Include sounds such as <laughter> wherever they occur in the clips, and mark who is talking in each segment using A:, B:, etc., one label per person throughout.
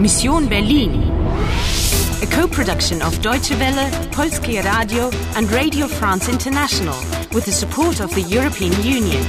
A: Mission Berlin. A co-production of Deutsche Welle, Polskie Radio and Radio France International with the support of the European Union.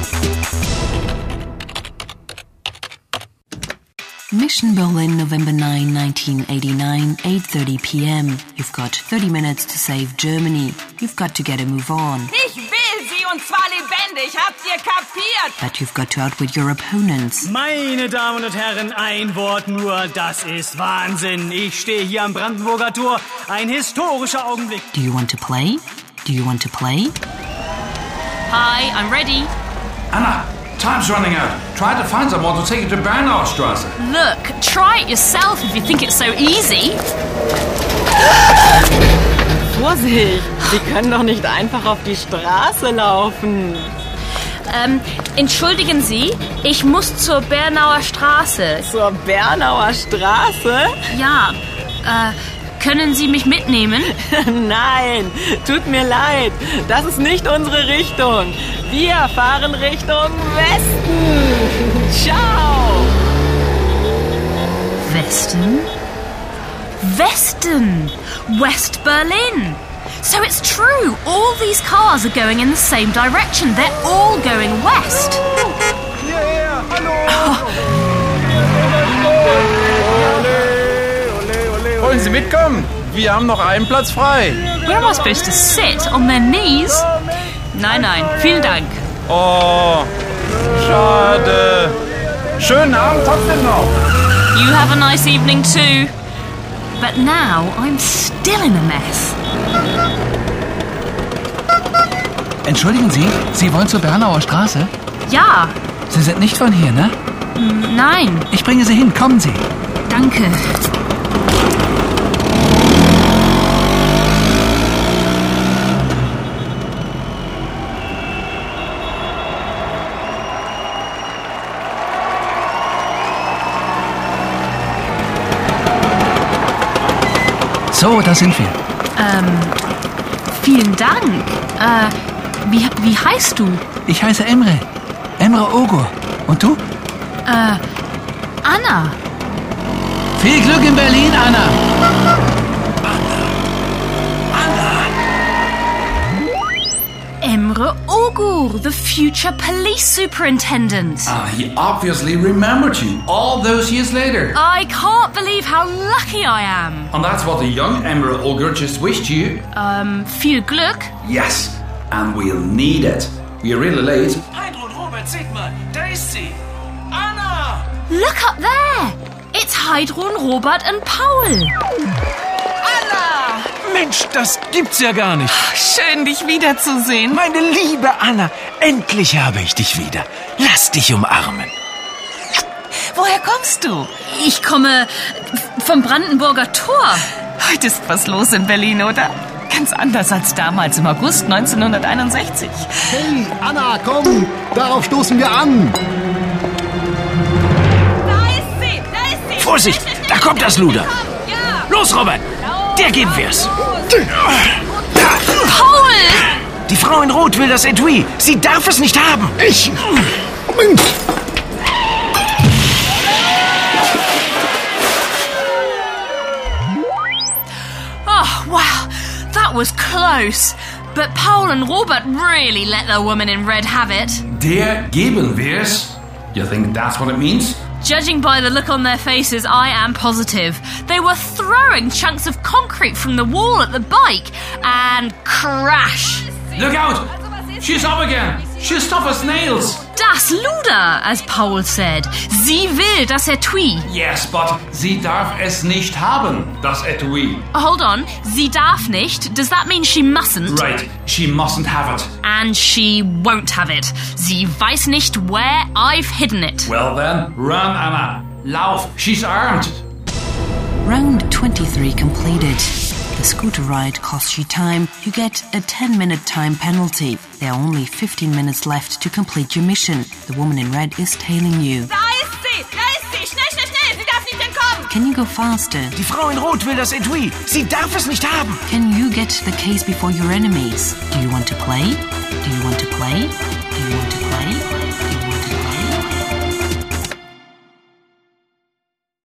B: Mission Berlin, November 9, 1989, 8:30 p.m. You've got 30 minutes to save Germany. You've got to get a move on,
C: Ich will sie und zwar lebendig. Habt ihr kapiert?
B: but you've got to outwit your opponents.
D: Meine Damen und Herren, ein Wort nur, das ist Wahnsinn. Ich stehe hier am Brandenburger Tor. Ein historischer Augenblick.
B: Do you want to play? Do you want to play?
E: Hi, I'm ready.
F: Anna, time's running out. Try to find someone to take you to Bernaustrasse.
E: Look, try it yourself if you think it's so easy.
G: Vorsicht! Sie können doch nicht einfach auf die Straße laufen.
E: Ähm, entschuldigen Sie, ich muss zur Bernauer Straße.
G: Zur Bernauer Straße?
E: Ja, äh, können Sie mich mitnehmen?
G: Nein, tut mir leid. Das ist nicht unsere Richtung. Wir fahren Richtung Westen. Ciao!
E: Westen? Westen! West Berlin! So it's true, all these cars are going in the same direction. They're all going west.
F: <laughs> Wollen Sie mitkommen? Wir haben noch einen Platz frei.
E: Where am I supposed to sit? On their knees? Nein, nein, vielen Dank.
F: Oh, schade. Schönen Abend trotzdem noch.
E: You have a nice evening too. But now I'm still in a mess.
H: Entschuldigen Sie, Sie wollen zur Bernauer Straße?
E: Ja,
H: Sie sind nicht von hier, ne?
E: nein,
H: Ich bringe Sie hin, kommen Sie.
E: danke.
H: So, da sind wir.
E: Vielen Dank. Äh, wie, wie heißt du?
H: Ich heiße Emre. Emre Ogur. Und du?
E: Anna.
H: Viel Glück in Berlin, Anna.
E: Emre Ogur, the future police superintendent.
F: Ah, he obviously remembered you all those years later.
E: I can't believe how lucky I am.
F: And that's what the young Emerald Ogre just wished you.
E: Um, Viel Glück.
F: Yes, and we'll need it. We're really late.
D: Heidrun, Robert, seht mal, da ist sie. Anna!
E: Look up there. It's Heidrun, Robert and Paul.
I: Mensch, das gibt's ja gar nicht.
G: Schön, dich wiederzusehen.
I: Meine liebe Anna, endlich habe ich dich wieder. Lass dich umarmen.
G: Woher kommst du?
E: Ich komme vom Brandenburger Tor.
G: Heute ist was los in Berlin, oder? Ganz anders als damals im August 1961.
J: Anna, komm! Darauf stoßen wir an!
C: Da ist sie, da ist sie.
I: Vorsicht, da kommt das Luder.
C: Komm, ja.
I: Los, Robert, der geben wir's.
E: Paul!
I: Die Frau in Rot will das Etui. Sie darf es nicht haben.
J: Ich!
E: Oh, wow, that was close. But Paul and Robert really let the woman in red have it.
F: Der geben wir's. You think that's what it means?
E: Judging by the look on their faces, I am positive. They were throwing chunks of concrete from the wall at the bike and crash.
F: Look out! She's up again. She's tough as nails.
E: Das Luder, as Paul said. Sie will das Etui.
F: Yes, but sie darf es nicht haben, das Etui.
E: Hold on, sie darf nicht. Does that mean she mustn't?
F: Right, she mustn't have it.
E: And she won't have it. Sie weiß nicht, where I've hidden it.
F: Well then, run, Anna. Lauf, she's armed.
B: Round 23 completed. The scooter ride costs you time. You get a 10 minute time penalty. There are only 15 minutes left to complete your mission. The woman in red is tailing you.
C: Da ist sie, da ist sie. Schnell, schnell, schnell. Sie darf nicht entkommen.
B: Can you go faster?
I: Die Frau in Rot will das Etui. Sie darf es nicht haben.
B: Can you get the case before your enemies? Do you want to play? Do you want to play? Do you want to play?